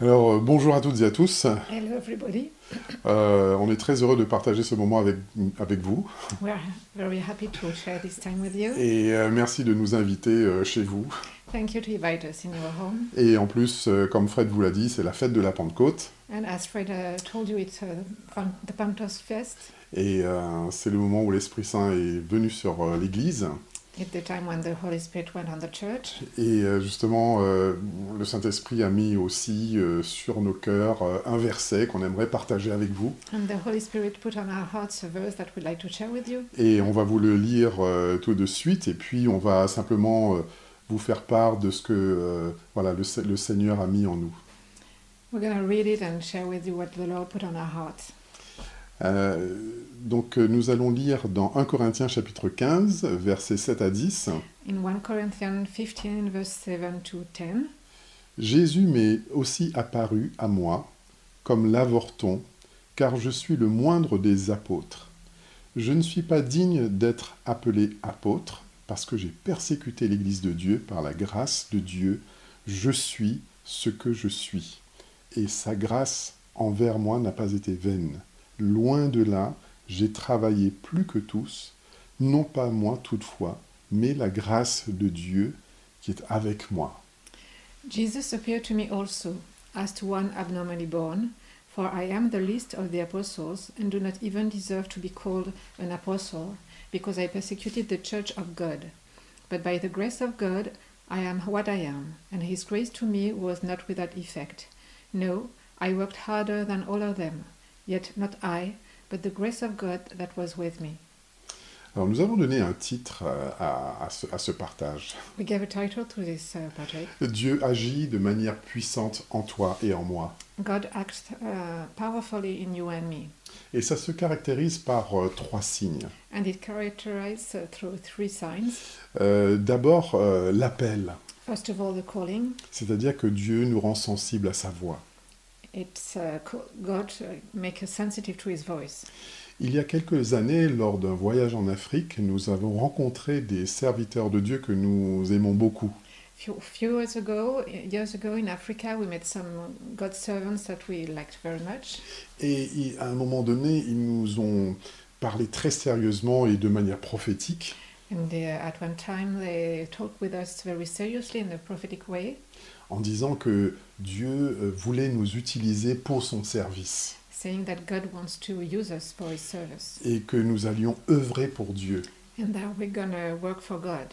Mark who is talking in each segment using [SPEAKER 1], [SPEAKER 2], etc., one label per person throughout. [SPEAKER 1] Alors euh, bonjour à toutes et à tous.
[SPEAKER 2] Hello, everybody.
[SPEAKER 1] Euh, on est très heureux de partager ce moment avec, avec vous
[SPEAKER 2] We're very happy to share this time with you.
[SPEAKER 1] et euh, merci de nous inviter euh, chez vous.
[SPEAKER 2] Thank you to invite us in your home.
[SPEAKER 1] Et en plus, euh, comme Fred vous l'a dit, c'est la fête de la Pentecôte
[SPEAKER 2] And as Fred uh, told you, it's uh, Pan- the Pantos Fest.
[SPEAKER 1] et euh, c'est le moment où l'Esprit Saint est venu sur euh, l'Église.
[SPEAKER 2] It's the time when the Holy Spirit went on the church.
[SPEAKER 1] Et euh, justement, euh, le Saint-Esprit a mis aussi euh, sur nos cœurs euh, un verset qu'on aimerait partager avec vous.
[SPEAKER 2] And the Holy Spirit put on our hearts a verse that we'd like to share with you.
[SPEAKER 1] Et on va vous le lire euh, tout de suite, et puis on va simplement euh, vous faire part de ce que euh, voilà, le Se- le Seigneur a mis en nous.
[SPEAKER 2] We're going to read it and share with you what the Lord put on our hearts.
[SPEAKER 1] Euh, donc euh, nous allons lire dans 1 Corinthiens chapitre 15, versets 7 à 10.
[SPEAKER 2] In 1 Corinthians 15, verse 7 to 10.
[SPEAKER 1] Jésus m'est aussi apparu à moi comme l'avorton, car je suis le moindre des apôtres. Je ne suis pas digne d'être appelé apôtre, parce que j'ai persécuté l'Église de Dieu par la grâce de Dieu. Je suis ce que je suis. Et sa grâce envers moi n'a pas été vaine. Loin de là, j'ai travaillé plus que tous, non pas moi toutefois, mais la grâce de Dieu qui est avec moi.
[SPEAKER 2] Jesus appeared to me also, as to one abnormally born, for I am the least of the apostles, and do not even deserve to be called an apostle, because I persecuted the church of God. But by the grace of God, I am what I am, and his grace to me was not without effect. No, I worked harder than all of them, yet not I, but the grace of God that was with me.
[SPEAKER 1] Alors nous avons donné un titre euh, à, à ce, à ce partage.
[SPEAKER 2] We gave a title to this uh, project.
[SPEAKER 1] Dieu agit de manière puissante en toi et en moi.
[SPEAKER 2] God acts uh, powerfully in you and me.
[SPEAKER 1] Et ça se caractérise par euh, trois signes.
[SPEAKER 2] and it characterized uh, through three signs.
[SPEAKER 1] Euh, D'abord, euh, l'appel,
[SPEAKER 2] First of all, the calling.
[SPEAKER 1] c'est-à-dire que Dieu nous rend sensibles à sa voix.
[SPEAKER 2] It's uh, co- God uh, make us sensitive to His voice.
[SPEAKER 1] Il y a quelques années, lors d'un voyage en Afrique, nous avons rencontré des serviteurs de Dieu que nous aimons beaucoup.
[SPEAKER 2] Few, few years ago, years ago in Africa, we met some God servants that we liked very much,
[SPEAKER 1] Et ils- à un moment donné, ils nous ont parlé très sérieusement et de manière prophétique.
[SPEAKER 2] and they, at one time they talked with us very seriously in a prophetic way,
[SPEAKER 1] en disant que Dieu euh, voulait nous utiliser pour son service
[SPEAKER 2] saying that God wants to use us for His service,
[SPEAKER 1] et que nous allions œuvrer pour Dieu.
[SPEAKER 2] and that we're gonna work for God.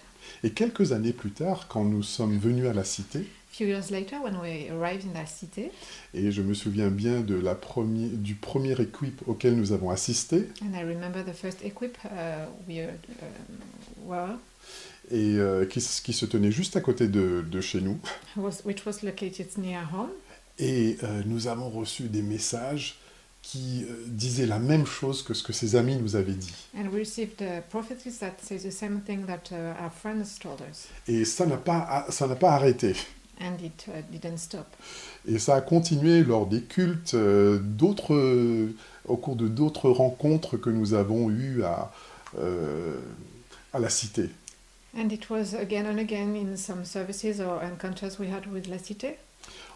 [SPEAKER 1] Et quelques années plus tard, quand nous sommes venus à la cité,
[SPEAKER 2] Few years later, when we arrived in La Cité,
[SPEAKER 1] et je me souviens bien de la premi- du premier équipe auquel nous avons assisté,
[SPEAKER 2] and I remember the first equip uh, we uh, um, were.
[SPEAKER 1] et euh, qui, s- qui se tenait juste à côté de, de chez nous,
[SPEAKER 2] was, which was located near home.
[SPEAKER 1] et euh, nous avons reçu des messages qui euh, disaient la même chose que ce que ses amis nous avaient dit.
[SPEAKER 2] And we received uh, prophecies that say the same thing that uh, our friends told us.
[SPEAKER 1] Et ça n'a pas, ça n'a pas arrêté.
[SPEAKER 2] And it uh, didn't stop.
[SPEAKER 1] Et ça a continué lors des cultes, euh, d'autres, euh, au cours de d'autres rencontres que nous avons eues à, euh, à la cité.
[SPEAKER 2] And it was again and again in some services or encounters we had with La Cité.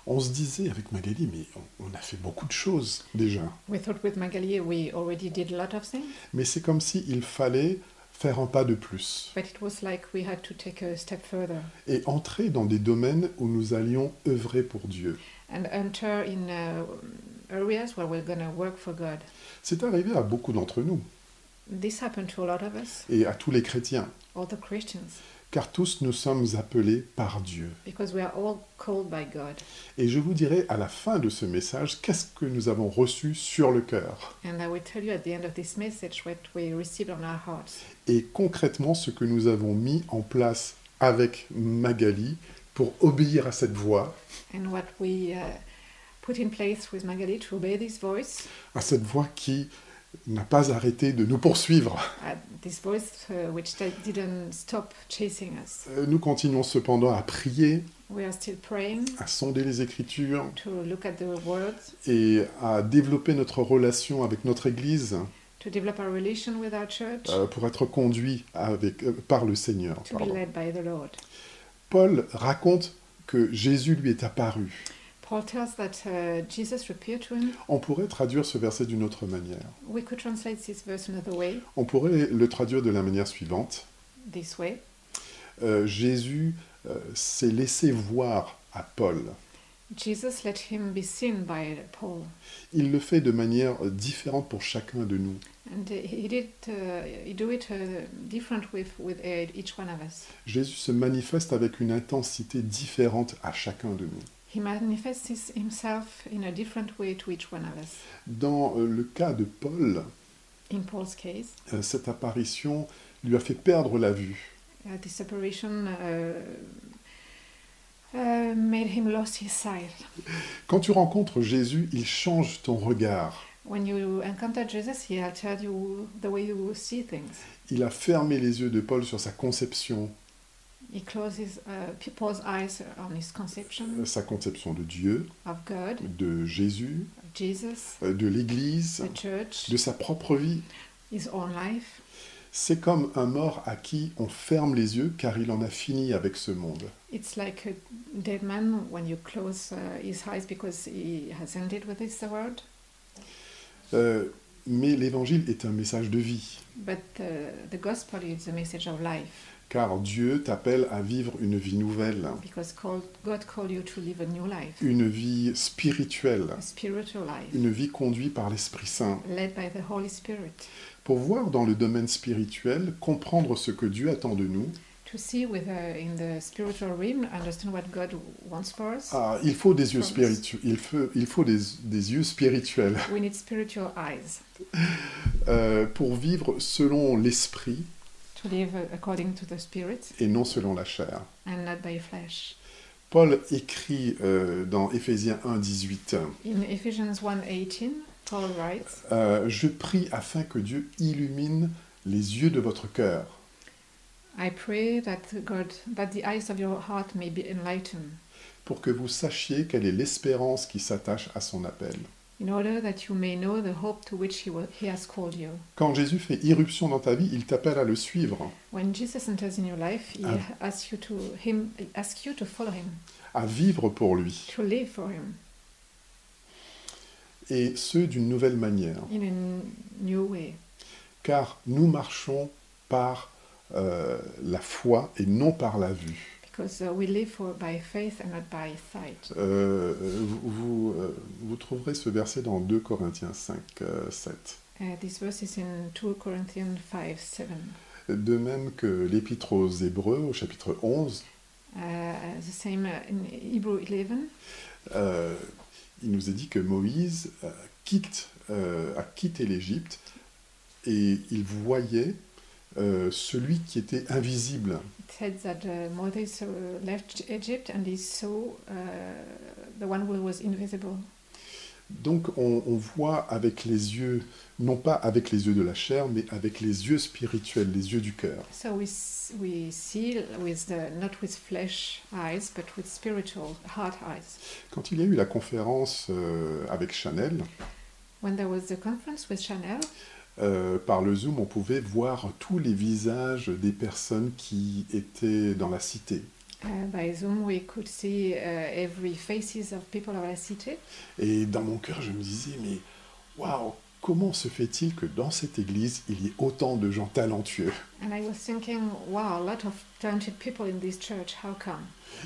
[SPEAKER 1] On se disait avec Magali, mais on, on a fait beaucoup de choses déjà.
[SPEAKER 2] We thought with Magali we already did a lot of things,
[SPEAKER 1] Mais c'est comme s'il fallait faire un pas de plus
[SPEAKER 2] but it was like we had to take a step further
[SPEAKER 1] et entrer dans des domaines où nous allions œuvrer pour Dieu.
[SPEAKER 2] and enter in uh, areas where we're going to work for God.
[SPEAKER 1] C'est arrivé à beaucoup d'entre nous
[SPEAKER 2] This happened to a lot of us,
[SPEAKER 1] et à tous les chrétiens,
[SPEAKER 2] all the Christians,
[SPEAKER 1] car tous nous sommes appelés par Dieu.
[SPEAKER 2] because we are all called by God.
[SPEAKER 1] Et je vous dirai à la fin de ce message qu'est-ce que nous avons reçu sur le cœur.
[SPEAKER 2] And I will tell you at the end of this message what we received on our hearts
[SPEAKER 1] et concrètement ce que nous avons mis en place avec Magali pour obéir à cette voix,
[SPEAKER 2] and what we uh, put in place with Magali to obey this voice,
[SPEAKER 1] à cette voix qui n'a pas arrêté de nous poursuivre.
[SPEAKER 2] uh, this voice uh, which they didn't stop chasing us.
[SPEAKER 1] Euh, Nous continuons cependant à prier,
[SPEAKER 2] We are still praying
[SPEAKER 1] à sonder les Écritures
[SPEAKER 2] to look at the words,
[SPEAKER 1] et à développer notre relation avec notre Église
[SPEAKER 2] to develop our relation with our church,
[SPEAKER 1] euh, pour être conduit avec, euh, par le Seigneur.
[SPEAKER 2] to be
[SPEAKER 1] pardon.
[SPEAKER 2] led by the Lord.
[SPEAKER 1] Paul raconte que Jésus lui est apparu
[SPEAKER 2] Paul tells that uh, Jesus appeared to him.
[SPEAKER 1] On pourrait traduire ce verset d'une autre manière.
[SPEAKER 2] We could translate this verse another way,
[SPEAKER 1] On pourrait le traduire de la manière suivante.
[SPEAKER 2] this way.
[SPEAKER 1] Euh, Jésus euh, s'est laissé voir à Paul.
[SPEAKER 2] Jesus let him be seen by Paul,
[SPEAKER 1] Il le fait de manière euh, différente pour chacun de nous.
[SPEAKER 2] and he did uh, he do it uh, different with with uh, each one of us.
[SPEAKER 1] Jésus se manifeste avec une intensité différente à chacun de nous.
[SPEAKER 2] He manifests his- himself in a different way to each one of us.
[SPEAKER 1] Dans euh, le cas de Paul,
[SPEAKER 2] In Paul's case,
[SPEAKER 1] euh, cette apparition lui a fait perdre la vue.
[SPEAKER 2] uh, the separation uh, uh, made him lose his sight.
[SPEAKER 1] Quand tu rencontres Jésus, il change ton regard.
[SPEAKER 2] When you encounter Jesus, he altered you the way you see things.
[SPEAKER 1] Il a fermé les yeux de Paul sur sa conception,
[SPEAKER 2] He closes uh, people's eyes on his conception
[SPEAKER 1] euh, sa conception de Dieu,
[SPEAKER 2] of God,
[SPEAKER 1] de Jésus,
[SPEAKER 2] of Jesus,
[SPEAKER 1] euh, de l'Église,
[SPEAKER 2] the church,
[SPEAKER 1] de sa propre vie.
[SPEAKER 2] his own life.
[SPEAKER 1] C'est comme un mort à qui on ferme les yeux car il en a fini avec ce monde.
[SPEAKER 2] It's like a dead man when you close uh, his eyes because he has ended with this world.
[SPEAKER 1] Euh, mais l'Évangile est un message de vie,
[SPEAKER 2] But the, the gospel is a message of life
[SPEAKER 1] car Dieu t'appelle à vivre une vie nouvelle,
[SPEAKER 2] because called, God called you to live a new life,
[SPEAKER 1] une vie spirituelle,
[SPEAKER 2] a spiritual life,
[SPEAKER 1] une vie conduite par l'Esprit Saint.
[SPEAKER 2] led by the Holy Spirit.
[SPEAKER 1] Pour voir dans le domaine spirituel, comprendre ce que Dieu attend de nous,
[SPEAKER 2] To see with, uh, in the spiritual realm, understand what God wants for us.
[SPEAKER 1] ah, il faut des yeux spirituels. Il faut, il faut des, des yeux spirituels
[SPEAKER 2] We need spiritual eyes
[SPEAKER 1] euh, pour vivre selon l'esprit
[SPEAKER 2] to live uh, according to the Spirit
[SPEAKER 1] et non selon la chair.
[SPEAKER 2] and not by flesh.
[SPEAKER 1] Paul écrit euh, dans Éphésiens 1, 18
[SPEAKER 2] In Ephesians 1:18, Paul writes,
[SPEAKER 1] euh, Je prie afin que Dieu illumine les yeux de votre cœur,
[SPEAKER 2] "I pray that God, that the eyes of your heart may be enlightened,
[SPEAKER 1] pour que vous sachiez quelle est l'espérance qui s'attache à son appel.
[SPEAKER 2] in order that you may know the hope to which he, will, he has called you."
[SPEAKER 1] Quand Jésus fait irruption dans ta vie, il t'appelle à le suivre,
[SPEAKER 2] When Jesus enters in your life, he
[SPEAKER 1] Ah.
[SPEAKER 2] asks you to him asks you to follow him,
[SPEAKER 1] à vivre pour lui,
[SPEAKER 2] to live for him
[SPEAKER 1] et ce d'une nouvelle manière,
[SPEAKER 2] in a n- new way,
[SPEAKER 1] car nous marchons par euh, la foi et non par la vue.
[SPEAKER 2] because uh, we live for by faith and not by sight.
[SPEAKER 1] Euh, vous, vous, euh, vous trouverez ce verset dans 2 Corinthiens 5, euh, 7.
[SPEAKER 2] Uh, this verse is in 2 Corinthians 5:7.
[SPEAKER 1] De même que l'épître aux Hébreux, au chapitre 11,
[SPEAKER 2] Uh, the same uh, in Hebrew 11.
[SPEAKER 1] euh, il nous est dit que Moïse euh, quitte, euh, a quitté l'Égypte et il voyait euh, celui qui était invisible.
[SPEAKER 2] It said that uh, Moses uh, left Egypt and he saw uh, the one who was invisible.
[SPEAKER 1] Donc on, on voit avec les yeux, non pas avec les yeux de la chair, mais avec les yeux spirituels, les yeux du cœur.
[SPEAKER 2] So we s- we see with the not with flesh eyes, but with spiritual heart eyes.
[SPEAKER 1] Quand il y a eu la conférence euh, avec Chanel,
[SPEAKER 2] When there was the conference with Chanel,
[SPEAKER 1] Euh, par le zoom, on pouvait voir tous les visages des personnes qui étaient dans la cité.
[SPEAKER 2] uh, by Zoom, we could see uh, every faces of people of la cité.
[SPEAKER 1] Et dans mon cœur, je me disais, mais waouh, comment se fait-il que dans cette église, il y ait autant de gens talentueux
[SPEAKER 2] And I was thinking, wow, a lot of talented people in this church. How come?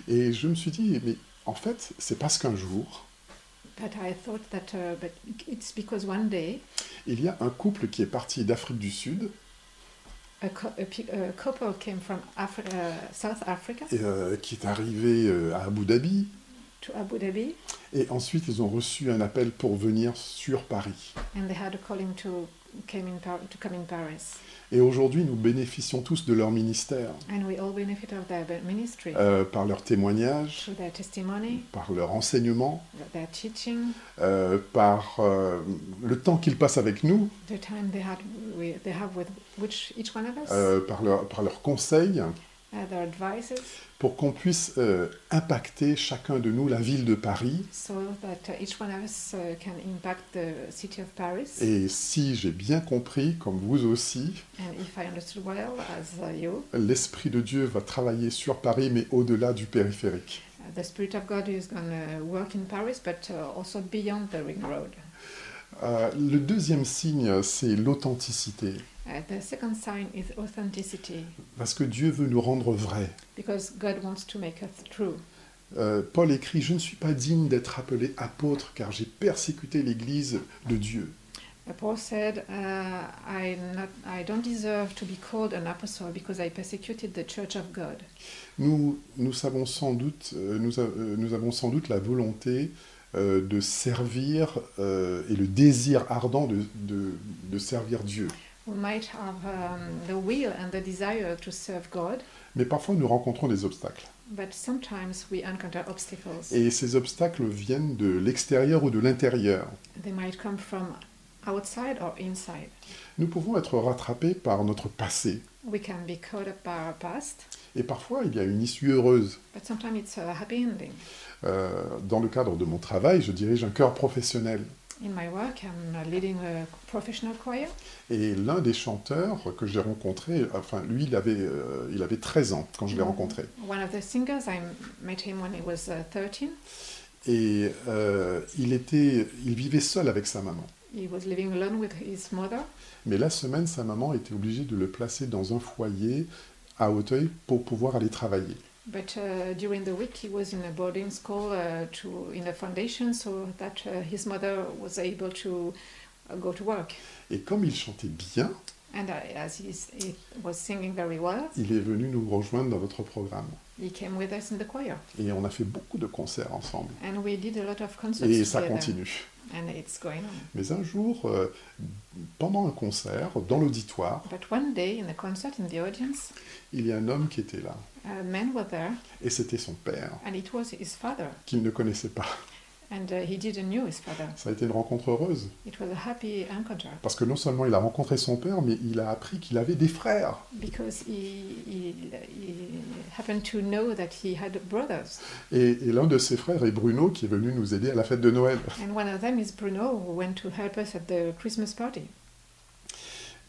[SPEAKER 1] Et je me suis dit, mais en fait, c'est parce qu'un jour,
[SPEAKER 2] But I thought that, uh, but it's because one day
[SPEAKER 1] il y a un couple qui est parti d'Afrique du Sud,
[SPEAKER 2] a, cou- a, pe- a couple came from Afri- uh, South Africa
[SPEAKER 1] et, euh, qui est arrivé euh, à Abu Dhabi,
[SPEAKER 2] to Abu Dhabi,
[SPEAKER 1] et ensuite ils ont reçu un appel pour venir sur Paris.
[SPEAKER 2] and they had a calling to came in Par- to come in Paris.
[SPEAKER 1] Et aujourd'hui, nous bénéficions tous de leur ministère,
[SPEAKER 2] And we all benefit of their be- ministry
[SPEAKER 1] euh, par leur témoignage,
[SPEAKER 2] through their testimony,
[SPEAKER 1] par leur enseignement,
[SPEAKER 2] their teaching,
[SPEAKER 1] euh, par euh, le temps qu'ils passent avec nous,
[SPEAKER 2] the time they had we, they have with which each one of us,
[SPEAKER 1] euh, par, leur- par leurs conseils,
[SPEAKER 2] uh, their advices,
[SPEAKER 1] pour qu'on puisse euh, impacter chacun de nous la ville de Paris.
[SPEAKER 2] so that uh, each one of us uh, can impact the city of Paris.
[SPEAKER 1] Et si j'ai bien compris, comme vous aussi,
[SPEAKER 2] And if I understood well, as uh, you,
[SPEAKER 1] l'Esprit de Dieu va travailler sur Paris, mais au-delà du périphérique.
[SPEAKER 2] uh, the Spirit of God is going to work in Paris, but uh, also beyond the ring road.
[SPEAKER 1] Euh, le deuxième signe, c'est l'authenticité,
[SPEAKER 2] Uh, the second sign is authenticity,
[SPEAKER 1] parce que Dieu veut nous rendre vrais.
[SPEAKER 2] because God wants to make us true.
[SPEAKER 1] Euh, Paul écrit, Je ne suis pas digne d'être appelé apôtre, car j'ai persécuté l'Église de Dieu.
[SPEAKER 2] Uh, Paul said, uh, I, not, I don't deserve to be called an apostle because I persecuted the church of God.
[SPEAKER 1] Nous, nous, savons sans doute, euh, nous, a- euh, nous avons sans doute la volonté euh, de servir euh, et le désir ardent de, de- de servir Dieu.
[SPEAKER 2] We might have um, the will and the desire to serve God,
[SPEAKER 1] Mais parfois nous rencontrons des obstacles.
[SPEAKER 2] but sometimes we encounter obstacles.
[SPEAKER 1] Et ces obstacles viennent de l'extérieur ou de l'intérieur.
[SPEAKER 2] They might come from outside or inside.
[SPEAKER 1] Nous pouvons être rattrapés par notre passé.
[SPEAKER 2] We can be caught up by our past,
[SPEAKER 1] Et parfois il y a une issue heureuse.
[SPEAKER 2] but sometimes it's a happy ending.
[SPEAKER 1] Euh, dans le cadre de mon travail, je dirige un chœur professionnel.
[SPEAKER 2] In my work, I'm uh, leading a professional choir.
[SPEAKER 1] Et l'un des chanteurs que j'ai rencontré, enfin lui, il avait, euh, il avait 13 ans quand je l'ai rencontré.
[SPEAKER 2] One of the singers, I met him when he was uh, 13.
[SPEAKER 1] Et euh, il, était, il vivait seul avec sa maman.
[SPEAKER 2] He was living alone with his mother,
[SPEAKER 1] Mais la semaine, sa maman était obligée de le placer dans un foyer à Hauteuil pour pouvoir aller travailler.
[SPEAKER 2] but uh, during the week he was in a boarding school uh, to in a foundation, so that uh, his mother was able to uh, go to work.
[SPEAKER 1] Et comme il chantait bien,
[SPEAKER 2] And uh, as he, s- he was singing very well,
[SPEAKER 1] il est venu nous rejoindre dans votre programme.
[SPEAKER 2] he came with us in the choir,
[SPEAKER 1] Et on a fait beaucoup de concerts ensemble.
[SPEAKER 2] and we did a lot of concerts
[SPEAKER 1] Et ça
[SPEAKER 2] together.
[SPEAKER 1] continue.
[SPEAKER 2] And it's going on.
[SPEAKER 1] Mais un jour, euh, pendant un concert, dans l'auditoire,
[SPEAKER 2] But one day in a concert in the audience,
[SPEAKER 1] il y a un homme qui était là.
[SPEAKER 2] uh, men were there,
[SPEAKER 1] Et c'était son père,
[SPEAKER 2] and it was his father,
[SPEAKER 1] qu'il ne connaissait pas.
[SPEAKER 2] and uh, he didn't know his father.
[SPEAKER 1] Ça a été une rencontre heureuse.
[SPEAKER 2] It was a happy encounter
[SPEAKER 1] Parce que non seulement il a rencontré son père, mais il a appris qu'il avait des frères.
[SPEAKER 2] because he, he, he happened to know that he had brothers,
[SPEAKER 1] Et, et l'un de ses frères est Bruno, qui est venu nous aider à la fête de Noël.
[SPEAKER 2] and one of them is Bruno, who went to help us at the Christmas party.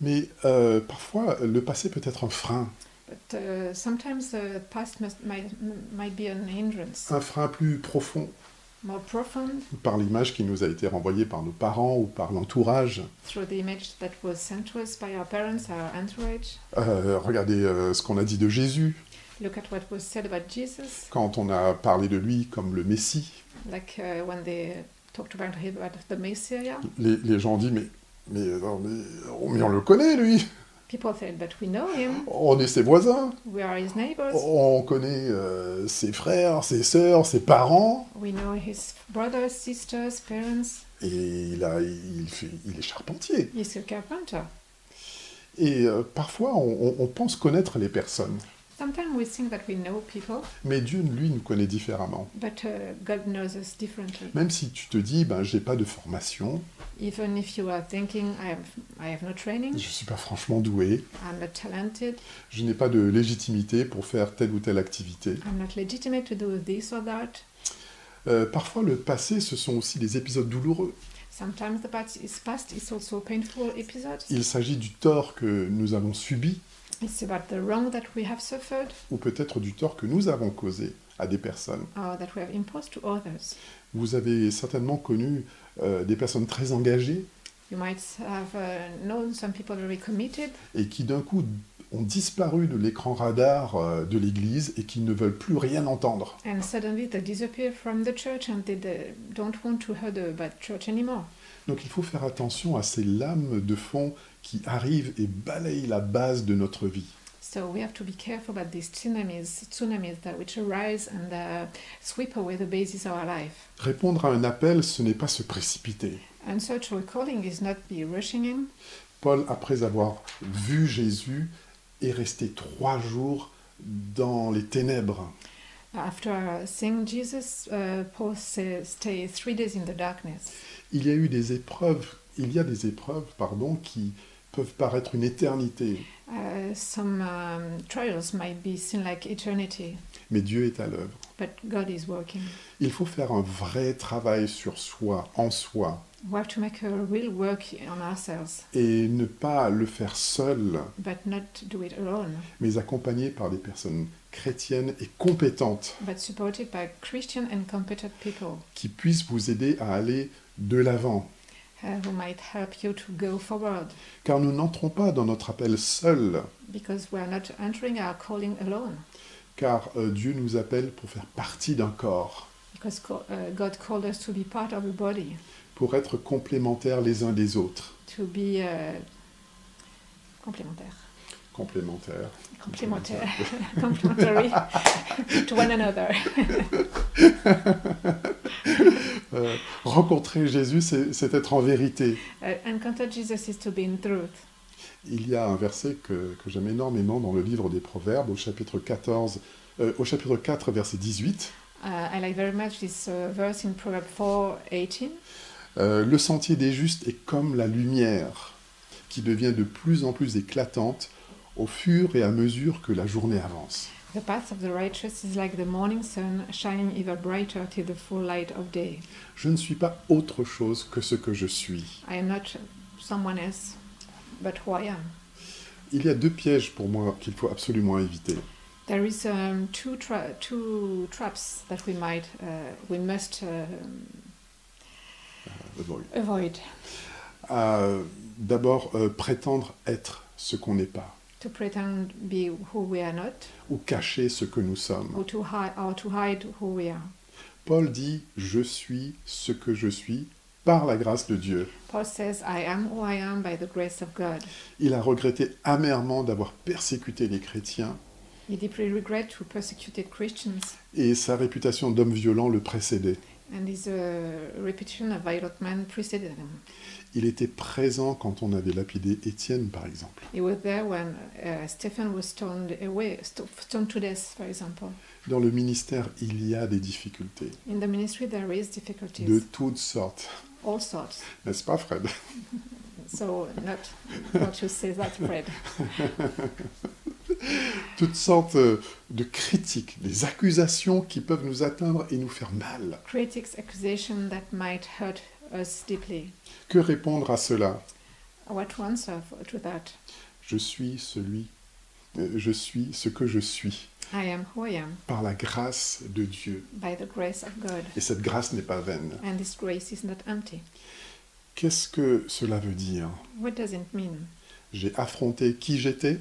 [SPEAKER 1] Mais euh, parfois, le passé peut être un frein,
[SPEAKER 2] But uh, sometimes the past must, might, might be an hindrance,
[SPEAKER 1] un frein plus profond,
[SPEAKER 2] more profound
[SPEAKER 1] par l'image qui nous a été renvoyée par nos parents ou par l'entourage.
[SPEAKER 2] through the image that was sent to us by our parents, our entourage.
[SPEAKER 1] Euh, regardez euh, ce qu'on a dit de Jésus,
[SPEAKER 2] Look at what was said about Jesus,
[SPEAKER 1] quand on a parlé de lui comme le Messie.
[SPEAKER 2] like uh, when they talked about him about the Messiah.
[SPEAKER 1] Les, les gens ont dit, mais, mais, non, mais, on- mais on le connaît, lui,
[SPEAKER 2] People said, but we know him,
[SPEAKER 1] on est ses voisins,
[SPEAKER 2] we are his neighbors,
[SPEAKER 1] on connaît euh, ses frères, ses sœurs, ses parents.
[SPEAKER 2] we know his brothers, sisters, parents.
[SPEAKER 1] Et il, a, il, fait, il est charpentier.
[SPEAKER 2] He's a carpenter.
[SPEAKER 1] Et euh, parfois, on, on- on pense connaître les personnes,
[SPEAKER 2] Sometimes we think that we know people,
[SPEAKER 1] mais Dieu, lui, nous connaît différemment.
[SPEAKER 2] but uh, God knows us differently.
[SPEAKER 1] Même si tu te dis, ben, j'ai pas de formation,
[SPEAKER 2] Even if you are thinking, I have, I have no
[SPEAKER 1] je
[SPEAKER 2] training,
[SPEAKER 1] suis pas franchement doué,
[SPEAKER 2] I'm not talented,
[SPEAKER 1] je n'ai pas de légitimité pour faire telle ou telle activité.
[SPEAKER 2] I'm not legitimate to do this or that.
[SPEAKER 1] Euh, parfois, le passé, ce sont aussi des épisodes douloureux.
[SPEAKER 2] Sometimes the past is past, it's also painful episodes.
[SPEAKER 1] Il s'agit du tort que nous avons subi,
[SPEAKER 2] It's about the wrong that we have suffered
[SPEAKER 1] ou peut-être du tort que nous avons causé à des personnes.
[SPEAKER 2] or that we have imposed to others.
[SPEAKER 1] Vous avez certainement connu euh, des personnes très engagées
[SPEAKER 2] You might have uh, known some people very committed
[SPEAKER 1] et qui d'un coup ont disparu de l'écran radar euh, de l'Église et qui ne veulent plus rien entendre.
[SPEAKER 2] and suddenly they disappear from the church and they, they don't want to hear the- about church anymore.
[SPEAKER 1] Donc il faut faire attention à ces lames de fond qui arrivent et balayent la base de notre vie.
[SPEAKER 2] So we have to be careful about these tsunamis, tsunamis that which arise and uh, sweep away the basis of our life.
[SPEAKER 1] Répondre à un appel, ce n'est pas se précipiter.
[SPEAKER 2] And such recalling is not be rushing in.
[SPEAKER 1] Paul, après avoir vu Jésus, est resté trois jours dans les ténèbres.
[SPEAKER 2] After seeing Jesus, uh, Paul says, stay three days in the darkness.
[SPEAKER 1] Il y a eu des épreuves, il y a des épreuves, pardon, qui, peuvent paraître une éternité,
[SPEAKER 2] Uh, some um, trials might be seen like eternity,
[SPEAKER 1] mais Dieu est à l'œuvre.
[SPEAKER 2] but God is working.
[SPEAKER 1] Il faut faire un vrai travail sur soi, en soi,
[SPEAKER 2] We have to make a real work on ourselves,
[SPEAKER 1] et ne pas le faire seul,
[SPEAKER 2] but not do it alone,
[SPEAKER 1] mais accompagné par des personnes chrétiennes et compétentes
[SPEAKER 2] but supported by Christian and competent people
[SPEAKER 1] qui puissent vous aider à aller de l'avant.
[SPEAKER 2] uh, who might help you to go forward.
[SPEAKER 1] Car nous n'entrons pas dans notre appel seul,
[SPEAKER 2] Because we are not entering our calling alone,
[SPEAKER 1] car euh, Dieu nous appelle pour faire partie d'un corps,
[SPEAKER 2] because co- uh, God called us to be part of a body,
[SPEAKER 1] pour être complémentaires les uns des autres.
[SPEAKER 2] to be uh, complémentaire,
[SPEAKER 1] Complémentaires.
[SPEAKER 2] complémentaire, complementary to one another.
[SPEAKER 1] Euh, rencontrer Jésus, c'est c'est être en vérité.
[SPEAKER 2] Uh, encounter Jesus is to be in truth.
[SPEAKER 1] Il y a un verset que, que j'aime énormément dans le livre des Proverbes, au chapitre 14, euh, au chapitre 4, verset 18.
[SPEAKER 2] Uh, I like very much this uh, verse in Proverbs 4:18.
[SPEAKER 1] Euh, le sentier des justes est comme la lumière, qui devient de plus en plus éclatante au fur et à mesure que la journée avance.
[SPEAKER 2] The path of the righteous is like the morning sun, shining ever brighter till the full light of day.
[SPEAKER 1] Je ne suis pas autre chose que ce que je suis.
[SPEAKER 2] I am not someone else, but who I am.
[SPEAKER 1] Il y a deux pièges pour moi qu'il faut absolument éviter.
[SPEAKER 2] There is um, two tra- two traps that we might uh, we must um, avoid
[SPEAKER 1] Euh, D'abord, euh, prétendre être ce qu'on n'est pas,
[SPEAKER 2] to pretend be who we are not
[SPEAKER 1] ou cacher ce que nous sommes.
[SPEAKER 2] or to hide or to hide who we are.
[SPEAKER 1] Paul dit Je suis ce que je suis par la grâce de Dieu.
[SPEAKER 2] Paul says, "I am who I am by the grace of God."
[SPEAKER 1] Il a regretté amèrement d'avoir persécuté les chrétiens
[SPEAKER 2] He deeply regrets who persecuted Christians,
[SPEAKER 1] et sa réputation d'homme violent le précédait.
[SPEAKER 2] and his uh, repetition of violent men preceded him.
[SPEAKER 1] Il était présent quand on avait lapidé Étienne, par exemple.
[SPEAKER 2] He was there when uh, Stephen was stoned away, st- stoned to death, for example.
[SPEAKER 1] Dans le ministère, il y a des difficultés
[SPEAKER 2] In the ministry, there is
[SPEAKER 1] de
[SPEAKER 2] difficulties,
[SPEAKER 1] toutes sortes,
[SPEAKER 2] all sorts.
[SPEAKER 1] n'est-ce pas, Fred
[SPEAKER 2] So not not to say that, Fred.
[SPEAKER 1] Toutes sortes euh, de critiques, des accusations qui peuvent nous atteindre et nous faire mal.
[SPEAKER 2] Critics' accusation that might hurt us deeply.
[SPEAKER 1] Que répondre à cela
[SPEAKER 2] What to answer f- to that?
[SPEAKER 1] Je suis celui, euh, je suis ce que je suis.
[SPEAKER 2] I am who I am
[SPEAKER 1] par la grâce de Dieu.
[SPEAKER 2] by the grace of God,
[SPEAKER 1] Et cette grâce n'est pas vaine.
[SPEAKER 2] and this grace is not empty.
[SPEAKER 1] Qu'est-ce que cela veut dire
[SPEAKER 2] What does it mean?
[SPEAKER 1] J'ai affronté qui j'étais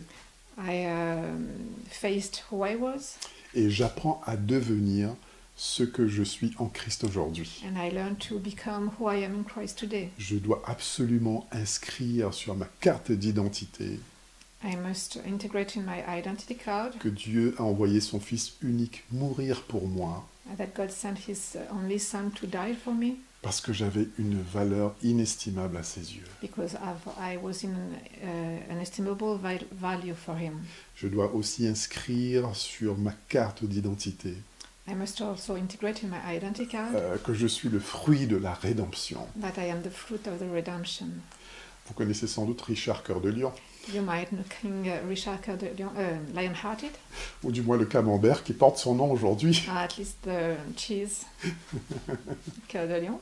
[SPEAKER 2] I um, faced who I was,
[SPEAKER 1] et j'apprends à devenir ce que je suis en Christ aujourd'hui.
[SPEAKER 2] and I learned to become who I am in Christ today.
[SPEAKER 1] Je dois absolument inscrire sur ma carte d'identité
[SPEAKER 2] I must integrate in my identity card
[SPEAKER 1] que Dieu a envoyé son Fils unique mourir pour moi
[SPEAKER 2] that God sent His only Son to die for me
[SPEAKER 1] parce que j'avais une valeur inestimable à ses yeux.
[SPEAKER 2] because I've, I was in an uh, inestimable val- value for Him.
[SPEAKER 1] Je dois aussi inscrire sur ma carte d'identité
[SPEAKER 2] I must also integrate in my identity card
[SPEAKER 1] euh, que je suis le fruit de la rédemption.
[SPEAKER 2] that I am the fruit of the redemption.
[SPEAKER 1] Vous connaissez sans doute Richard Cœur de Lion,
[SPEAKER 2] You might know King uh, Richard Coeur de Lion, uh, Lionhearted,
[SPEAKER 1] ou du moins le camembert qui porte son nom aujourd'hui.
[SPEAKER 2] or Ah, at least the cheese Coeur de Lion.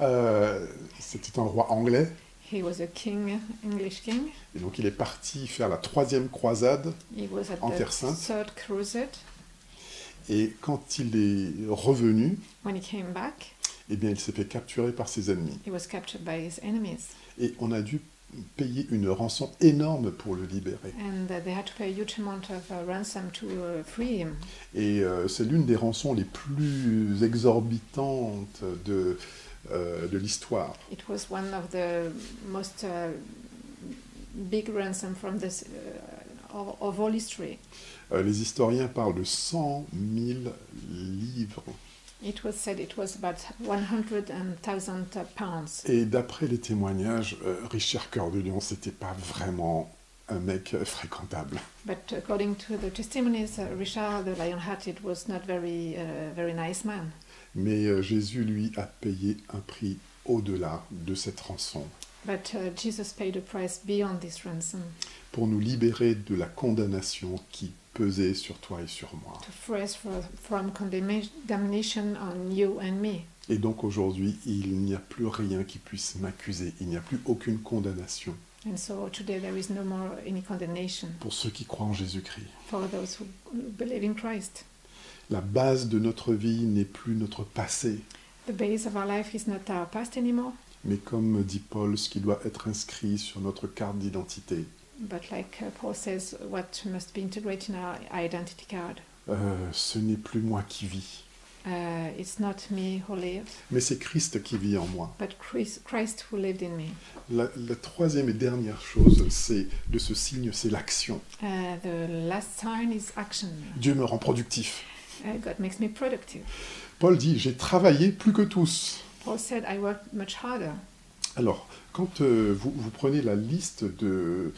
[SPEAKER 1] Euh, C'était un roi anglais,
[SPEAKER 2] He was a king, English king.
[SPEAKER 1] et donc il est parti faire la troisième croisade,
[SPEAKER 2] He was at
[SPEAKER 1] En
[SPEAKER 2] the
[SPEAKER 1] Terre Sainte.
[SPEAKER 2] third crusade.
[SPEAKER 1] et quand il est revenu,
[SPEAKER 2] When he came back,
[SPEAKER 1] eh bien il s'est fait capturer par ses ennemis.
[SPEAKER 2] he was captured by his enemies,
[SPEAKER 1] Et on a dû payer une rançon énorme pour le libérer.
[SPEAKER 2] and uh, they had to pay a huge amount of uh, ransom to uh, free him.
[SPEAKER 1] Et euh, c'est l'une des rançons les plus exorbitantes de, euh, de l'histoire.
[SPEAKER 2] It was one of the most uh, big ransom from this uh, of, of all history.
[SPEAKER 1] Euh, les historiens parlent de 100 000 livres.
[SPEAKER 2] It was said it was about 100,000 uh, pounds.
[SPEAKER 1] Et d'après les témoignages, euh, Richard Cœur de Lion, c'était pas vraiment un mec euh, fréquentable.
[SPEAKER 2] But according to the testimonies, uh, Richard the Lionhearted was not very, uh, very nice man.
[SPEAKER 1] Mais euh, Jésus, lui, a payé un prix au-delà de cette rançon.
[SPEAKER 2] But uh, Jesus paid a price beyond this ransom
[SPEAKER 1] pour nous libérer de la condamnation qui pesait sur toi et sur moi.
[SPEAKER 2] to free us fro- from condemna- damnation on you and me.
[SPEAKER 1] Et donc aujourd'hui, il n'y a plus rien qui puisse m'accuser, il n'y a plus aucune condamnation
[SPEAKER 2] And so today there is no more any condemnation
[SPEAKER 1] pour ceux qui croient en Jésus-Christ.
[SPEAKER 2] for those who believe in Christ.
[SPEAKER 1] La base de notre vie n'est plus notre passé,
[SPEAKER 2] The base of our life is not our past anymore,
[SPEAKER 1] mais comme dit Paul, ce qui doit être inscrit sur notre carte d'identité,
[SPEAKER 2] but like uh, Paul says, what must be integrated in our identity card.
[SPEAKER 1] euh, ce n'est plus moi qui vis,
[SPEAKER 2] Uh, it's not me who lives,
[SPEAKER 1] mais c'est Christ qui vit en moi.
[SPEAKER 2] but Christ, Christ who lived in me.
[SPEAKER 1] La, la troisième et dernière chose, c'est de ce signe, c'est l'action.
[SPEAKER 2] Uh, the last sign is action.
[SPEAKER 1] Dieu me rend productif.
[SPEAKER 2] Uh, God makes me productive.
[SPEAKER 1] Paul dit, j'ai travaillé plus que tous.
[SPEAKER 2] Paul said, I worked much harder.
[SPEAKER 1] Alors, quand euh, vous, vous prenez la liste de,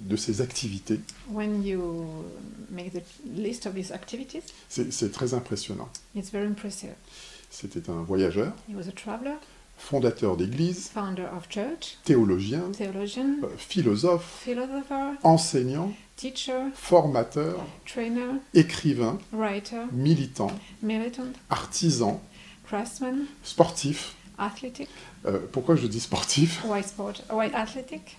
[SPEAKER 1] de ces activités,
[SPEAKER 2] When you make the list of his activities,
[SPEAKER 1] c'est c'est très impressionnant.
[SPEAKER 2] it's very impressive.
[SPEAKER 1] C'était un voyageur,
[SPEAKER 2] He was a traveler,
[SPEAKER 1] fondateur d'église,
[SPEAKER 2] founder of church,
[SPEAKER 1] théologien,
[SPEAKER 2] theologian,
[SPEAKER 1] euh, philosophe,
[SPEAKER 2] philosopher,
[SPEAKER 1] enseignant,
[SPEAKER 2] teacher,
[SPEAKER 1] formateur,
[SPEAKER 2] trainer,
[SPEAKER 1] écrivain,
[SPEAKER 2] writer,
[SPEAKER 1] militant,
[SPEAKER 2] militant,
[SPEAKER 1] artisan,
[SPEAKER 2] craftsman,
[SPEAKER 1] sportif.
[SPEAKER 2] athletic.
[SPEAKER 1] Euh, pourquoi je dis sportif
[SPEAKER 2] Why sport? Why athletic?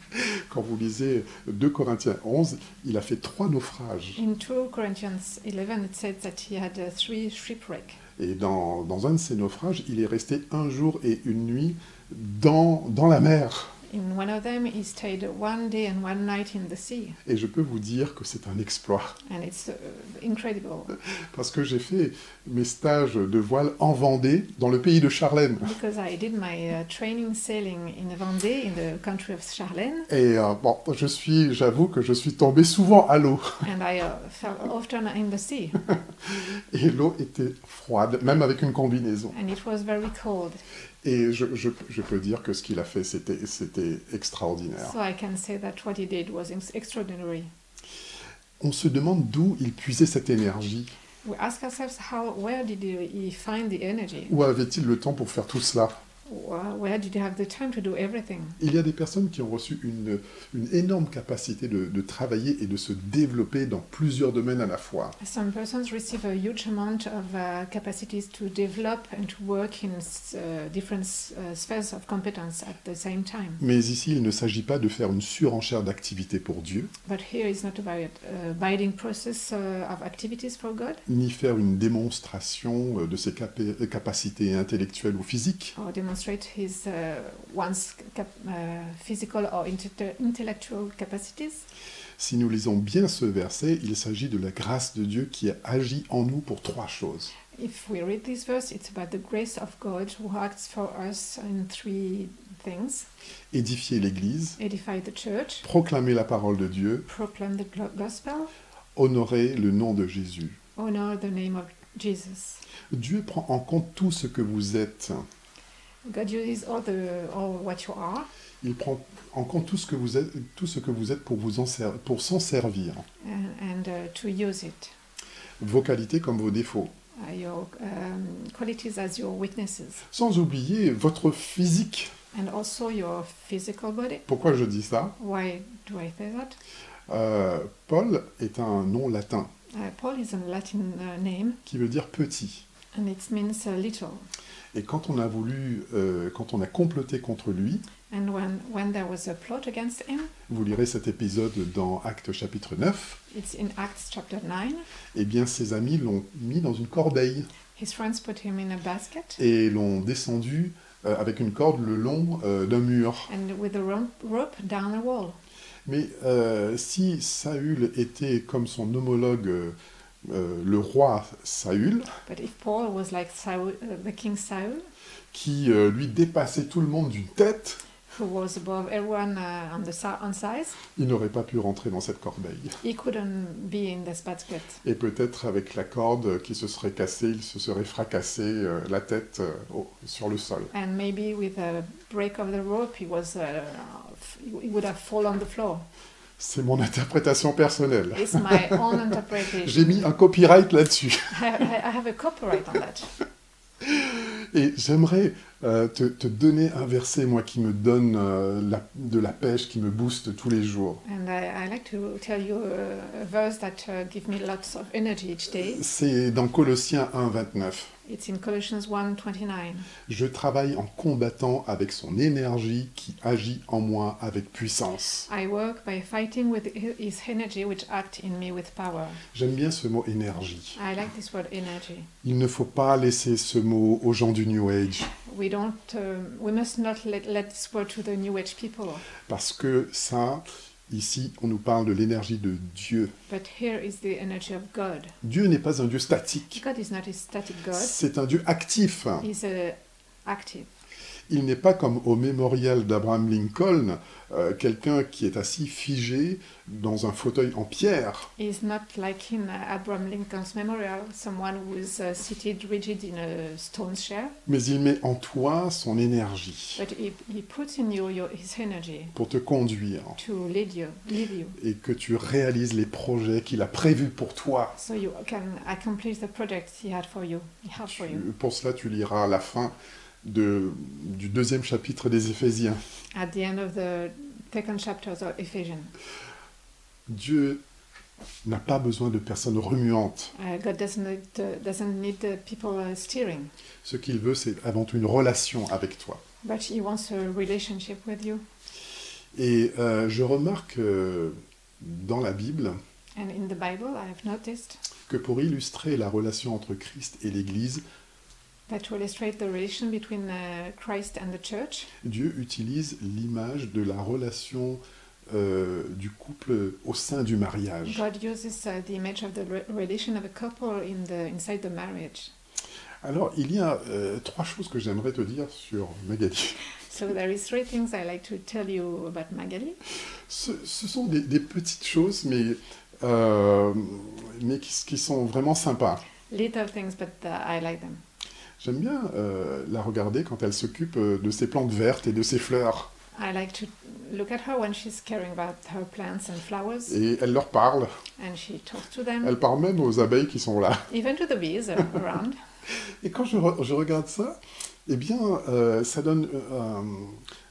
[SPEAKER 1] Quand vous lisez 2 Corinthiens 11, il a fait trois naufrages.
[SPEAKER 2] In 2 Corinthians 11, it said that he had uh, three shipwreck.
[SPEAKER 1] Et dans, dans un de ces naufrages, il est resté un jour et une nuit dans, dans la mer.
[SPEAKER 2] In one of them, he stayed one day and one night in the sea,
[SPEAKER 1] Et je peux vous dire que c'est un exploit.
[SPEAKER 2] and it's uh, incredible
[SPEAKER 1] Parce que j'ai fait mes stages de voile en Vendée, dans le pays de Charlène.
[SPEAKER 2] because I did my uh, training sailing in Vendée, in the country of Charlène,
[SPEAKER 1] Et euh, bon, je suis, j'avoue que je suis tombé souvent à l'eau.
[SPEAKER 2] and I uh, fell often in the sea,
[SPEAKER 1] Et l'eau était froide, même avec une combinaison.
[SPEAKER 2] and it was very cold.
[SPEAKER 1] Et je, je- je peux dire que ce qu'il a fait, c'était, c'était extraordinaire.
[SPEAKER 2] So I can say that what he did was ex- extraordinary.
[SPEAKER 1] On se demande d'où il puisait cette énergie.
[SPEAKER 2] We ask ourselves how, where did he, he find the energy?
[SPEAKER 1] Où avait-il le temps pour faire tout cela
[SPEAKER 2] Wh- Where did he have the time to do everything?
[SPEAKER 1] Il y a des personnes qui ont reçu une, une énorme capacité de, de travailler et de se développer dans plusieurs domaines à la fois.
[SPEAKER 2] Some persons receive a huge amount of uh, capacities to develop and to work in s- uh, different s- uh, spheres of competence at the same time.
[SPEAKER 1] Mais ici, il ne s'agit pas de faire une surenchère d'activités pour Dieu,
[SPEAKER 2] But here it's not about a binding process uh, of activities for God
[SPEAKER 1] ni faire une démonstration euh, de ses capa- capacités intellectuelles ou physiques,
[SPEAKER 2] or demonstrate his uh, one's cap- uh, physical or inte- intellectual capacities.
[SPEAKER 1] Si nous lisons bien ce verset, il s'agit de la grâce de Dieu qui agit en nous pour trois choses.
[SPEAKER 2] If we read this verse, it's about the grace of God who acts for us in three things
[SPEAKER 1] Édifier l'Église,
[SPEAKER 2] edify the church,
[SPEAKER 1] proclamer la parole de Dieu,
[SPEAKER 2] proclaim the glo- gospel,
[SPEAKER 1] honorer le nom de Jésus.
[SPEAKER 2] honor the name of Jesus.
[SPEAKER 1] Dieu prend en compte tout ce que vous êtes.
[SPEAKER 2] God uses all the all what you are,
[SPEAKER 1] Il prend en compte tout ce que vous êtes, tout ce que vous êtes pour, vous en ser- pour s'en servir.
[SPEAKER 2] and, and uh, to use it.
[SPEAKER 1] Vos qualités comme vos défauts.
[SPEAKER 2] Uh, your um, qualities as your weaknesses,
[SPEAKER 1] Sans oublier votre physique.
[SPEAKER 2] and also your physical body.
[SPEAKER 1] Pourquoi je dis ça
[SPEAKER 2] Why do I say that?
[SPEAKER 1] Euh, Paul est un nom latin
[SPEAKER 2] Uh, Paul is a Latin uh, name,
[SPEAKER 1] qui veut dire petit.
[SPEAKER 2] and it means uh, little.
[SPEAKER 1] Et quand on a voulu, euh, quand on a comploté contre lui,
[SPEAKER 2] And when when there was a plot against him,
[SPEAKER 1] vous lirez cet épisode dans Actes chapitre 9,
[SPEAKER 2] it's in Acts chapter nine.
[SPEAKER 1] eh bien ses amis l'ont mis dans une corbeille
[SPEAKER 2] His friends put him in a basket,
[SPEAKER 1] et l'ont descendu euh, avec une corde le long euh, d'un mur.
[SPEAKER 2] and with a ro- rope down a wall.
[SPEAKER 1] Mais euh, si Saül était comme son homologue, euh, euh, le roi Saül,
[SPEAKER 2] But if Paul was like Saul, uh, the king Saul,
[SPEAKER 1] qui euh, lui dépassait tout le monde d'une tête,
[SPEAKER 2] who was above everyone uh, on the si- on size,
[SPEAKER 1] il n'aurait pas pu rentrer dans cette corbeille.
[SPEAKER 2] he couldn't be in this basket.
[SPEAKER 1] Et peut-être avec la corde qui se serait cassée, il se serait fracassé euh, la tête euh, au- sur le sol.
[SPEAKER 2] And maybe with a break of the rope, he was uh, f- he would have fallen on the floor.
[SPEAKER 1] C'est mon interprétation personnelle.
[SPEAKER 2] It's my own
[SPEAKER 1] J'ai
[SPEAKER 2] interpretation.
[SPEAKER 1] mis un copyright là-dessus.
[SPEAKER 2] I, I I have a copyright on that.
[SPEAKER 1] Et j'aimerais euh, te, te donner un verset, moi, qui me donne euh, la- de la pêche, qui me booste tous les jours.
[SPEAKER 2] And I, I like to tell you a, a verse that uh, give me lots of energy each day.
[SPEAKER 1] C'est dans Colossiens 1, 29.
[SPEAKER 2] It's in Colossians 1.29.
[SPEAKER 1] Je travaille en combattant avec son énergie qui agit en moi avec puissance.
[SPEAKER 2] I work by fighting with hi- his energy which act in me with power.
[SPEAKER 1] J'aime bien ce mot énergie.
[SPEAKER 2] I like this word energy.
[SPEAKER 1] Il ne faut pas laisser ce mot aux gens du New Age
[SPEAKER 2] We don't, um, we must not let, let this word to the New Age people.
[SPEAKER 1] parce que ça, ici, on nous parle de l'énergie de Dieu.
[SPEAKER 2] But here is the energy of God.
[SPEAKER 1] Dieu n'est pas un Dieu statique,
[SPEAKER 2] God is not a static God.
[SPEAKER 1] c'est un Dieu actif.
[SPEAKER 2] He's uh, active.
[SPEAKER 1] Il n'est pas comme au mémorial d'Abraham Lincoln, euh, quelqu'un qui est assis figé dans un fauteuil en pierre.
[SPEAKER 2] He's not like in uh, Abraham Lincoln's memorial, someone who is uh, seated rigid in a stone chair.
[SPEAKER 1] mais il met en toi son énergie
[SPEAKER 2] But he, he puts in you your, his energy
[SPEAKER 1] pour te conduire
[SPEAKER 2] to lead you, lead you,
[SPEAKER 1] et que tu réalises les projets qu'il a prévus pour toi.
[SPEAKER 2] so you can accomplish the project he had for you. He had for
[SPEAKER 1] Tu-
[SPEAKER 2] you.
[SPEAKER 1] pour cela, tu liras la fin de- du deuxième chapitre des Éphésiens.
[SPEAKER 2] At the end of the second chapter of Ephesians,
[SPEAKER 1] Dieu n'a pas besoin de personnes remuantes.
[SPEAKER 2] uh, God doesn't need, uh, doesn't need uh, people uh, steering,
[SPEAKER 1] Ce qu'il veut, c'est avant tout une relation avec toi.
[SPEAKER 2] but He wants a relationship with you.
[SPEAKER 1] Et euh, je remarque euh, dans la Bible
[SPEAKER 2] And in the Bible, I have noticed
[SPEAKER 1] que pour illustrer la relation entre Christ et l'Église,
[SPEAKER 2] that to illustrate the relation between uh, Christ and the Church,
[SPEAKER 1] Dieu utilise l'image de la relation euh, du couple au sein du mariage.
[SPEAKER 2] God uses uh, the image of the re- relation of a couple in the inside the marriage.
[SPEAKER 1] Alors, il y a euh, trois choses que j'aimerais te dire sur Magali.
[SPEAKER 2] So there is three things I like to tell you about Magali.
[SPEAKER 1] Ce, ce sont des, des petites choses, mais, euh, mais qui, qui sont vraiment sympas.
[SPEAKER 2] Little things, but uh, I like them.
[SPEAKER 1] J'aime bien euh, la regarder quand elle s'occupe euh, de ses plantes vertes et de ses fleurs.
[SPEAKER 2] I like to look at her when she's caring about her plants and flowers,
[SPEAKER 1] Et elle leur parle.
[SPEAKER 2] and she talks to them,
[SPEAKER 1] Elle parle même aux abeilles qui sont là.
[SPEAKER 2] even to the bees uh, around.
[SPEAKER 1] Et quand je, re- je regarde ça, eh bien, euh, ça, donne, euh, un-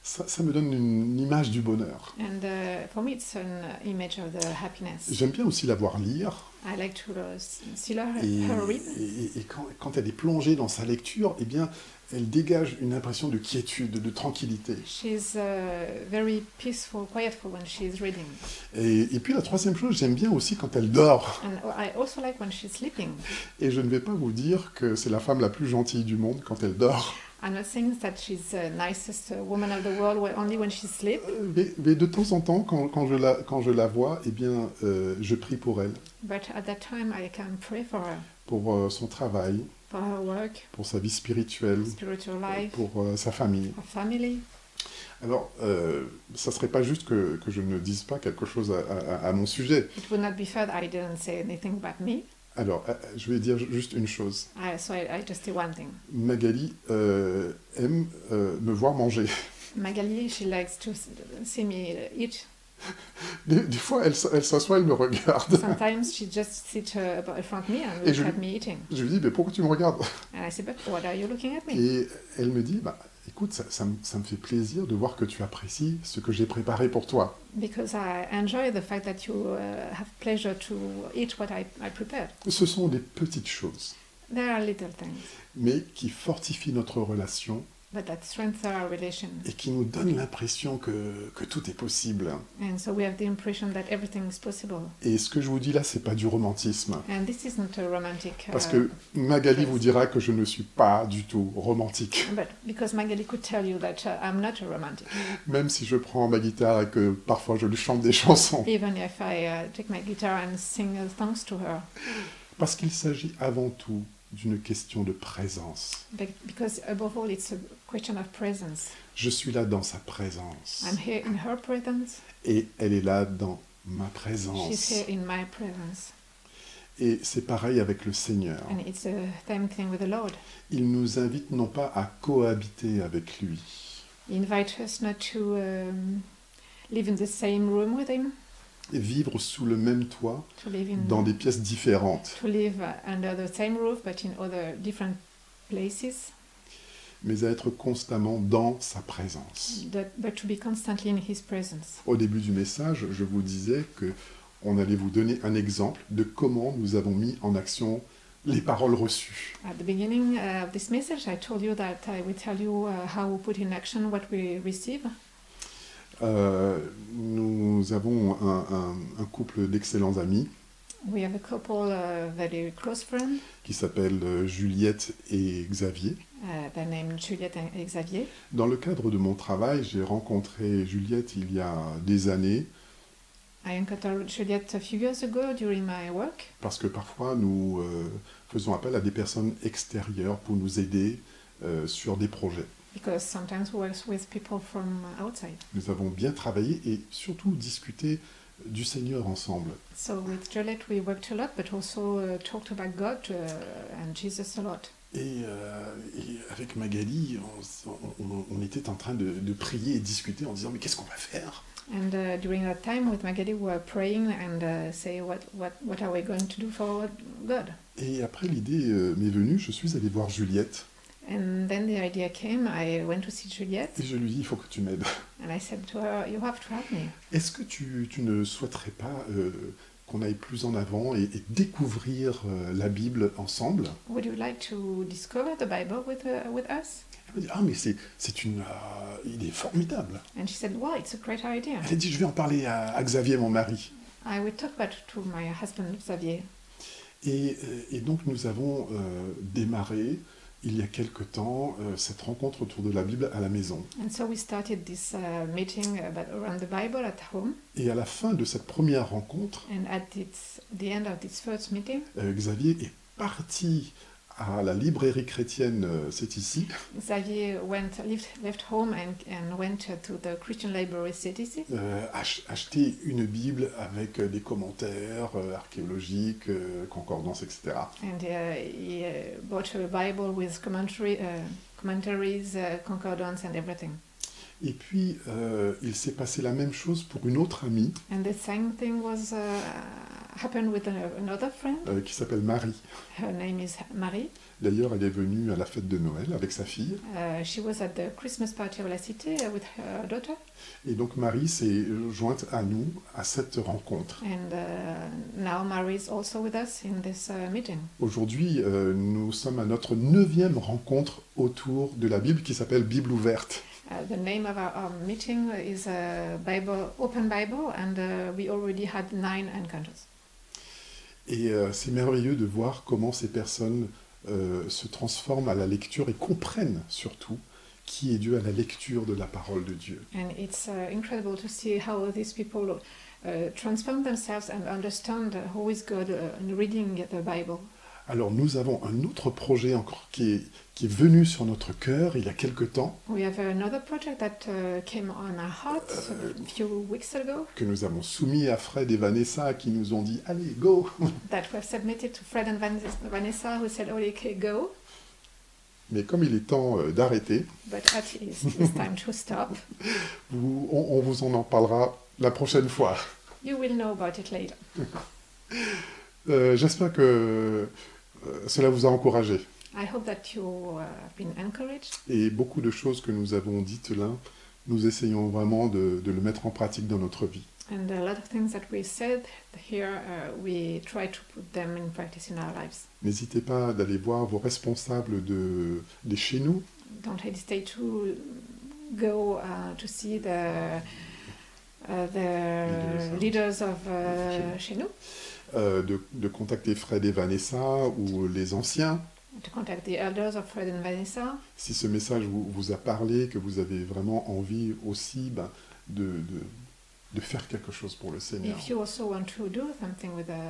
[SPEAKER 1] ça, ça me donne une image du bonheur.
[SPEAKER 2] And uh, for me, it's an uh, image of the happiness.
[SPEAKER 1] J'aime bien aussi la voir lire.
[SPEAKER 2] I like to uh, s- see her,
[SPEAKER 1] Et,
[SPEAKER 2] her read,
[SPEAKER 1] et- et quand, quand elle est plongée dans sa lecture, eh bien, elle dégage une impression de quiétude, de tranquillité.
[SPEAKER 2] She's uh, very peaceful, quietful when she's reading.
[SPEAKER 1] Et, et puis la troisième chose, j'aime bien aussi quand elle dort.
[SPEAKER 2] And I also like when she's sleeping.
[SPEAKER 1] Et je ne vais pas vous dire que c'est la femme la plus gentille du monde quand elle dort.
[SPEAKER 2] I'm not saying that she's the nicest uh, woman of the world wh- only when she sleeps,
[SPEAKER 1] Euh, Mais, mais de temps en temps, quand, quand je, la, quand je la vois, eh bien, euh, je prie pour elle,
[SPEAKER 2] but at that time I can pray for her,
[SPEAKER 1] pour euh, son travail,
[SPEAKER 2] for her work,
[SPEAKER 1] pour sa vie spirituelle,
[SPEAKER 2] spiritual life,
[SPEAKER 1] pour euh, sa famille.
[SPEAKER 2] her family.
[SPEAKER 1] Alors, euh, ça serait pas juste que, que je ne dise pas quelque chose à, à- à mon sujet.
[SPEAKER 2] It would not be fair that I didn't say anything about me,
[SPEAKER 1] Alors, euh, je vais dire juste une chose.
[SPEAKER 2] I, so I, I just did one thing.
[SPEAKER 1] Magali euh, aime euh, me voir manger.
[SPEAKER 2] Magali, she likes to s- see me uh, eat.
[SPEAKER 1] Des, des fois, elle, s- elle s'assoit, elle me regarde.
[SPEAKER 2] Sometimes she just sits uh, abo- in front of me and
[SPEAKER 1] Et
[SPEAKER 2] looks
[SPEAKER 1] je-
[SPEAKER 2] at me eating.
[SPEAKER 1] Je lui dis, mais pourquoi tu me regardes
[SPEAKER 2] And I say, but what are you looking at me?
[SPEAKER 1] Et elle me dit, bah, écoute, ça, ça me- ça me fait plaisir de voir que tu apprécies ce que j'ai préparé pour toi.
[SPEAKER 2] Because I enjoy the fact that you uh, have pleasure to eat what I, I prepared.
[SPEAKER 1] Ce sont des petites choses,
[SPEAKER 2] There are little things.
[SPEAKER 1] mais qui fortifient notre relation
[SPEAKER 2] But that strengthens our relation.
[SPEAKER 1] et qui nous donnent l'impression que, que tout est possible.
[SPEAKER 2] And so we have the impression that everything is possible.
[SPEAKER 1] Et ce que je vous dis là, c'est pas du romantisme.
[SPEAKER 2] And this isn't a romantic. uh,
[SPEAKER 1] Parce que Magali vous dira que je ne suis pas du tout romantique.
[SPEAKER 2] But because Magali could tell you that uh, I'm not a romantic,
[SPEAKER 1] Même si je prends ma guitare et que parfois je lui chante des chansons.
[SPEAKER 2] even if I uh, take my guitar and sing uh, songs to her,
[SPEAKER 1] Parce qu'il s'agit avant tout d'une question de présence.
[SPEAKER 2] Be- because above all, it's a question of presence.
[SPEAKER 1] Je suis là dans sa présence.
[SPEAKER 2] I'm here in her presence.
[SPEAKER 1] Et elle est là dans ma
[SPEAKER 2] She's
[SPEAKER 1] présence.
[SPEAKER 2] here in my presence,
[SPEAKER 1] Et c'est pareil avec le Seigneur.
[SPEAKER 2] and it's the same thing with the Lord.
[SPEAKER 1] Il nous invite non pas à cohabiter avec lui,
[SPEAKER 2] He invites us not to um, live in the same room with Him,
[SPEAKER 1] et vivre sous le même toit,
[SPEAKER 2] to live in
[SPEAKER 1] dans des pièces différentes.
[SPEAKER 2] to live uh, under the same roof but in other different places.
[SPEAKER 1] mais à être constamment dans sa présence.
[SPEAKER 2] that, but to be constantly in His presence.
[SPEAKER 1] Au début du message, je vous disais que on allait vous donner un exemple de comment nous avons mis en action les paroles reçues.
[SPEAKER 2] At the beginning uh, of this message, I told you that I will tell you uh, how we put in action what we receive.
[SPEAKER 1] Euh, nous avons un, un- un couple d'excellents amis
[SPEAKER 2] We have a couple uh, very close friends.
[SPEAKER 1] qui s'appellent euh, Juliette et Xavier.
[SPEAKER 2] Uh, they're named Juliette and Xavier.
[SPEAKER 1] Dans le cadre de mon travail, j'ai rencontré Juliette il y a des années
[SPEAKER 2] I encountered Juliette a few years ago during my work
[SPEAKER 1] parce que parfois nous euh, faisons appel à des personnes extérieures pour nous aider euh, sur des projets.
[SPEAKER 2] because sometimes we work with people from outside.
[SPEAKER 1] Nous avons bien travaillé et surtout discuté du Seigneur ensemble.
[SPEAKER 2] So with Juliette, we worked a lot, but also uh, talked about God uh, and Jesus a lot.
[SPEAKER 1] Et, euh, et avec Magali, on, s- on- on était en train de, de prier et discuter en disant mais qu'est-ce qu'on va faire
[SPEAKER 2] And uh, during that time with Magali, we were praying and uh, say, what, what, what are we going to do for God?
[SPEAKER 1] Et après l'idée euh, m'est venue, je suis allé voir Juliette
[SPEAKER 2] And then the idea came. I went to see Juliette
[SPEAKER 1] et je lui dis il faut que tu m'aides.
[SPEAKER 2] and I said to her, You have to help me.
[SPEAKER 1] Est-ce que tu, tu ne souhaiterais pas euh, qu'on aille plus en avant et, et découvrir euh, la Bible ensemble
[SPEAKER 2] Would you like to discover the Bible with, uh, with us?
[SPEAKER 1] Elle m'a dit ah mais c'est c'est une euh, il est formidable.
[SPEAKER 2] And she said, Wow, it's a great idea.
[SPEAKER 1] Elle a dit je vais en parler à, à Xavier mon mari.
[SPEAKER 2] I will talk about it to my husband Xavier.
[SPEAKER 1] Et, euh, et donc nous avons euh, démarré il y a quelque temps euh, cette rencontre autour de la Bible à la maison.
[SPEAKER 2] And so we started this uh, meeting about around the Bible at home.
[SPEAKER 1] Et à la fin de cette première rencontre,
[SPEAKER 2] And at its, the end of this first meeting,
[SPEAKER 1] euh, Xavier est parti à la librairie chrétienne, euh, c'est ici,
[SPEAKER 2] Xavier went left, left home and, and went to the Christian Library CTC
[SPEAKER 1] euh, ach- acheter une Bible avec euh, des commentaires euh, archéologiques, euh, concordances, etc.
[SPEAKER 2] and uh, he uh, bought a Bible with commentary, uh, commentaries, uh, concordance, and everything.
[SPEAKER 1] Et puis, euh, il s'est passé la même chose pour une autre amie
[SPEAKER 2] And the same thing was uh, happened with an- another friend.
[SPEAKER 1] euh, qui s'appelle Marie.
[SPEAKER 2] Her name is Marie.
[SPEAKER 1] D'ailleurs, elle est venue à la fête de Noël avec sa fille.
[SPEAKER 2] Uh, she was at the Christmas party of La Cité uh, with her daughter,
[SPEAKER 1] Et donc, Marie s'est jointe à nous à cette rencontre.
[SPEAKER 2] and uh, now Marie is also with us in this uh, meeting.
[SPEAKER 1] Aujourd'hui, euh, nous sommes à notre neuvième rencontre autour de la Bible qui s'appelle Bible ouverte.
[SPEAKER 2] Uh, the name of our, our meeting is uh, Bible Open Bible, and uh, we already had nine encounters.
[SPEAKER 1] Et euh, c'est merveilleux de voir comment ces personnes euh, se transforment à la lecture et comprennent surtout qui est Dieu à la lecture de la parole de Dieu.
[SPEAKER 2] And it's uh, incredible to see how these people uh, transform themselves and understand who is God uh, in reading the Bible.
[SPEAKER 1] Alors nous avons un autre projet encore qui est, qui est venu sur notre cœur il y a quelque temps,
[SPEAKER 2] We have another project that uh, came on our heart a few weeks ago
[SPEAKER 1] que nous avons soumis à Fred et Vanessa qui nous ont dit allez, go
[SPEAKER 2] that we have submitted to Fred and Van- Vanessa, who said, "Oh, okay, go,"
[SPEAKER 1] Mais comme il est temps euh, d'arrêter,
[SPEAKER 2] but at least it's time to stop.
[SPEAKER 1] vous- on, on vous en en parlera la prochaine fois.
[SPEAKER 2] You will know about it later.
[SPEAKER 1] Euh, J'espère que euh, cela vous a encouragé.
[SPEAKER 2] I hope that you uh, have been encouraged.
[SPEAKER 1] Et beaucoup de choses que nous avons dites là, nous essayons vraiment de, de le mettre en pratique dans notre vie.
[SPEAKER 2] And a lot of things that we said here, uh, we try to put them in practice in our lives.
[SPEAKER 1] N'hésitez pas d'aller voir vos responsables de, des chez nous.
[SPEAKER 2] Don't hesitate to go uh, to see the uh, the leaders of uh, chez nous,
[SPEAKER 1] euh, de, de contacter Fred et Vanessa ou les anciens.
[SPEAKER 2] to contact the elders of Fred and Vanessa.
[SPEAKER 1] Si ce message vous, vous a parlé, que vous avez vraiment envie aussi ben, de, de, de faire quelque chose pour le Seigneur.
[SPEAKER 2] If you also want to do something with the,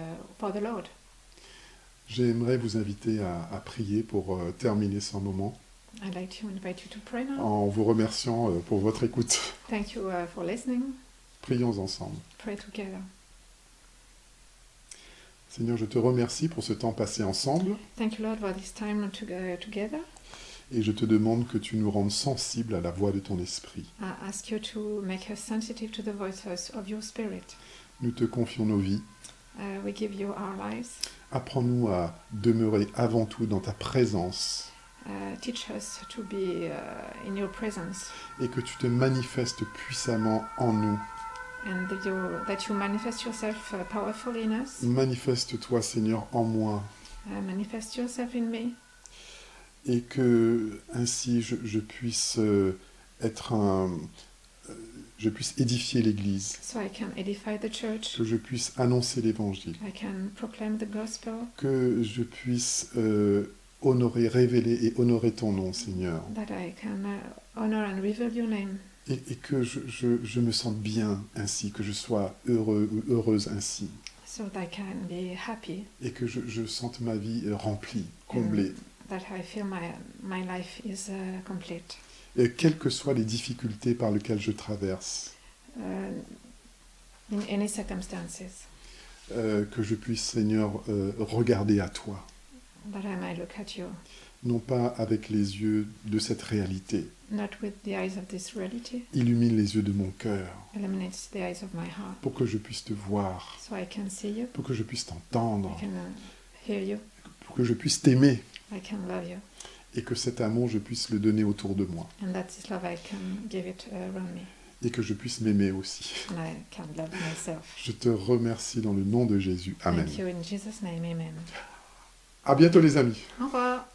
[SPEAKER 2] for the Lord,
[SPEAKER 1] J'aimerais vous inviter à, à prier pour euh, terminer ce moment
[SPEAKER 2] I'd like to invite you to pray now.
[SPEAKER 1] en vous remerciant euh, pour votre écoute.
[SPEAKER 2] Thank you uh, for listening.
[SPEAKER 1] Prions ensemble.
[SPEAKER 2] Pray together.
[SPEAKER 1] Seigneur, je te remercie pour ce temps passé ensemble
[SPEAKER 2] Thank you, Lord, for this time to, uh, together.
[SPEAKER 1] et je te demande que tu nous rendes sensibles à la voix de ton esprit.
[SPEAKER 2] I ask you to make us sensitive to the voices of your spirit.
[SPEAKER 1] Nous te confions nos vies.
[SPEAKER 2] Uh, we give you our lives.
[SPEAKER 1] Apprends-nous à demeurer avant tout dans ta présence
[SPEAKER 2] uh, teach us to be uh, in your presence
[SPEAKER 1] et que tu te manifestes puissamment en nous.
[SPEAKER 2] and that you, that you manifest yourself uh, powerfully in us.
[SPEAKER 1] Manifeste-toi, Seigneur, en moi
[SPEAKER 2] Uh, manifest yourself in me
[SPEAKER 1] et que ainsi je, je puisse euh, être un, euh, je puisse édifier l'Église,
[SPEAKER 2] so I can edify the church,
[SPEAKER 1] que je puisse annoncer l'Évangile,
[SPEAKER 2] I can proclaim the gospel,
[SPEAKER 1] que je puisse euh, honorer, révéler et honorer ton nom, Seigneur,
[SPEAKER 2] that I can uh, honor and reveal your name,
[SPEAKER 1] et, et que je, je- je me sente bien ainsi, que je sois heureux ou heureuse ainsi,
[SPEAKER 2] so that I can be happy,
[SPEAKER 1] et que je, je sente ma vie euh, remplie, comblée,
[SPEAKER 2] that I feel my, my life is uh, complete.
[SPEAKER 1] et quelles que soient les difficultés par lesquelles je traverse,
[SPEAKER 2] uh, in any circumstances
[SPEAKER 1] euh, que je puisse, Seigneur, euh, regarder à toi.
[SPEAKER 2] that I might look at you,
[SPEAKER 1] non pas avec les yeux de cette réalité.
[SPEAKER 2] not with the eyes of this reality,
[SPEAKER 1] Illumine les yeux de mon cœur
[SPEAKER 2] illuminates the eyes of my heart,
[SPEAKER 1] pour que je puisse te voir,
[SPEAKER 2] so I can see you,
[SPEAKER 1] pour que je puisse
[SPEAKER 2] I
[SPEAKER 1] t'entendre,
[SPEAKER 2] can uh, hear you,
[SPEAKER 1] pour que je puisse t'aimer
[SPEAKER 2] I can love you,
[SPEAKER 1] et que cet amour, je puisse le donner autour de moi
[SPEAKER 2] and that is love I can give it uh, around me,
[SPEAKER 1] et que je puisse m'aimer aussi.
[SPEAKER 2] and I can love myself.
[SPEAKER 1] Je te remercie dans le nom de Jésus. Amen.
[SPEAKER 2] Thank you in Jesus' name, Amen.
[SPEAKER 1] À bientôt les amis.
[SPEAKER 2] Au revoir.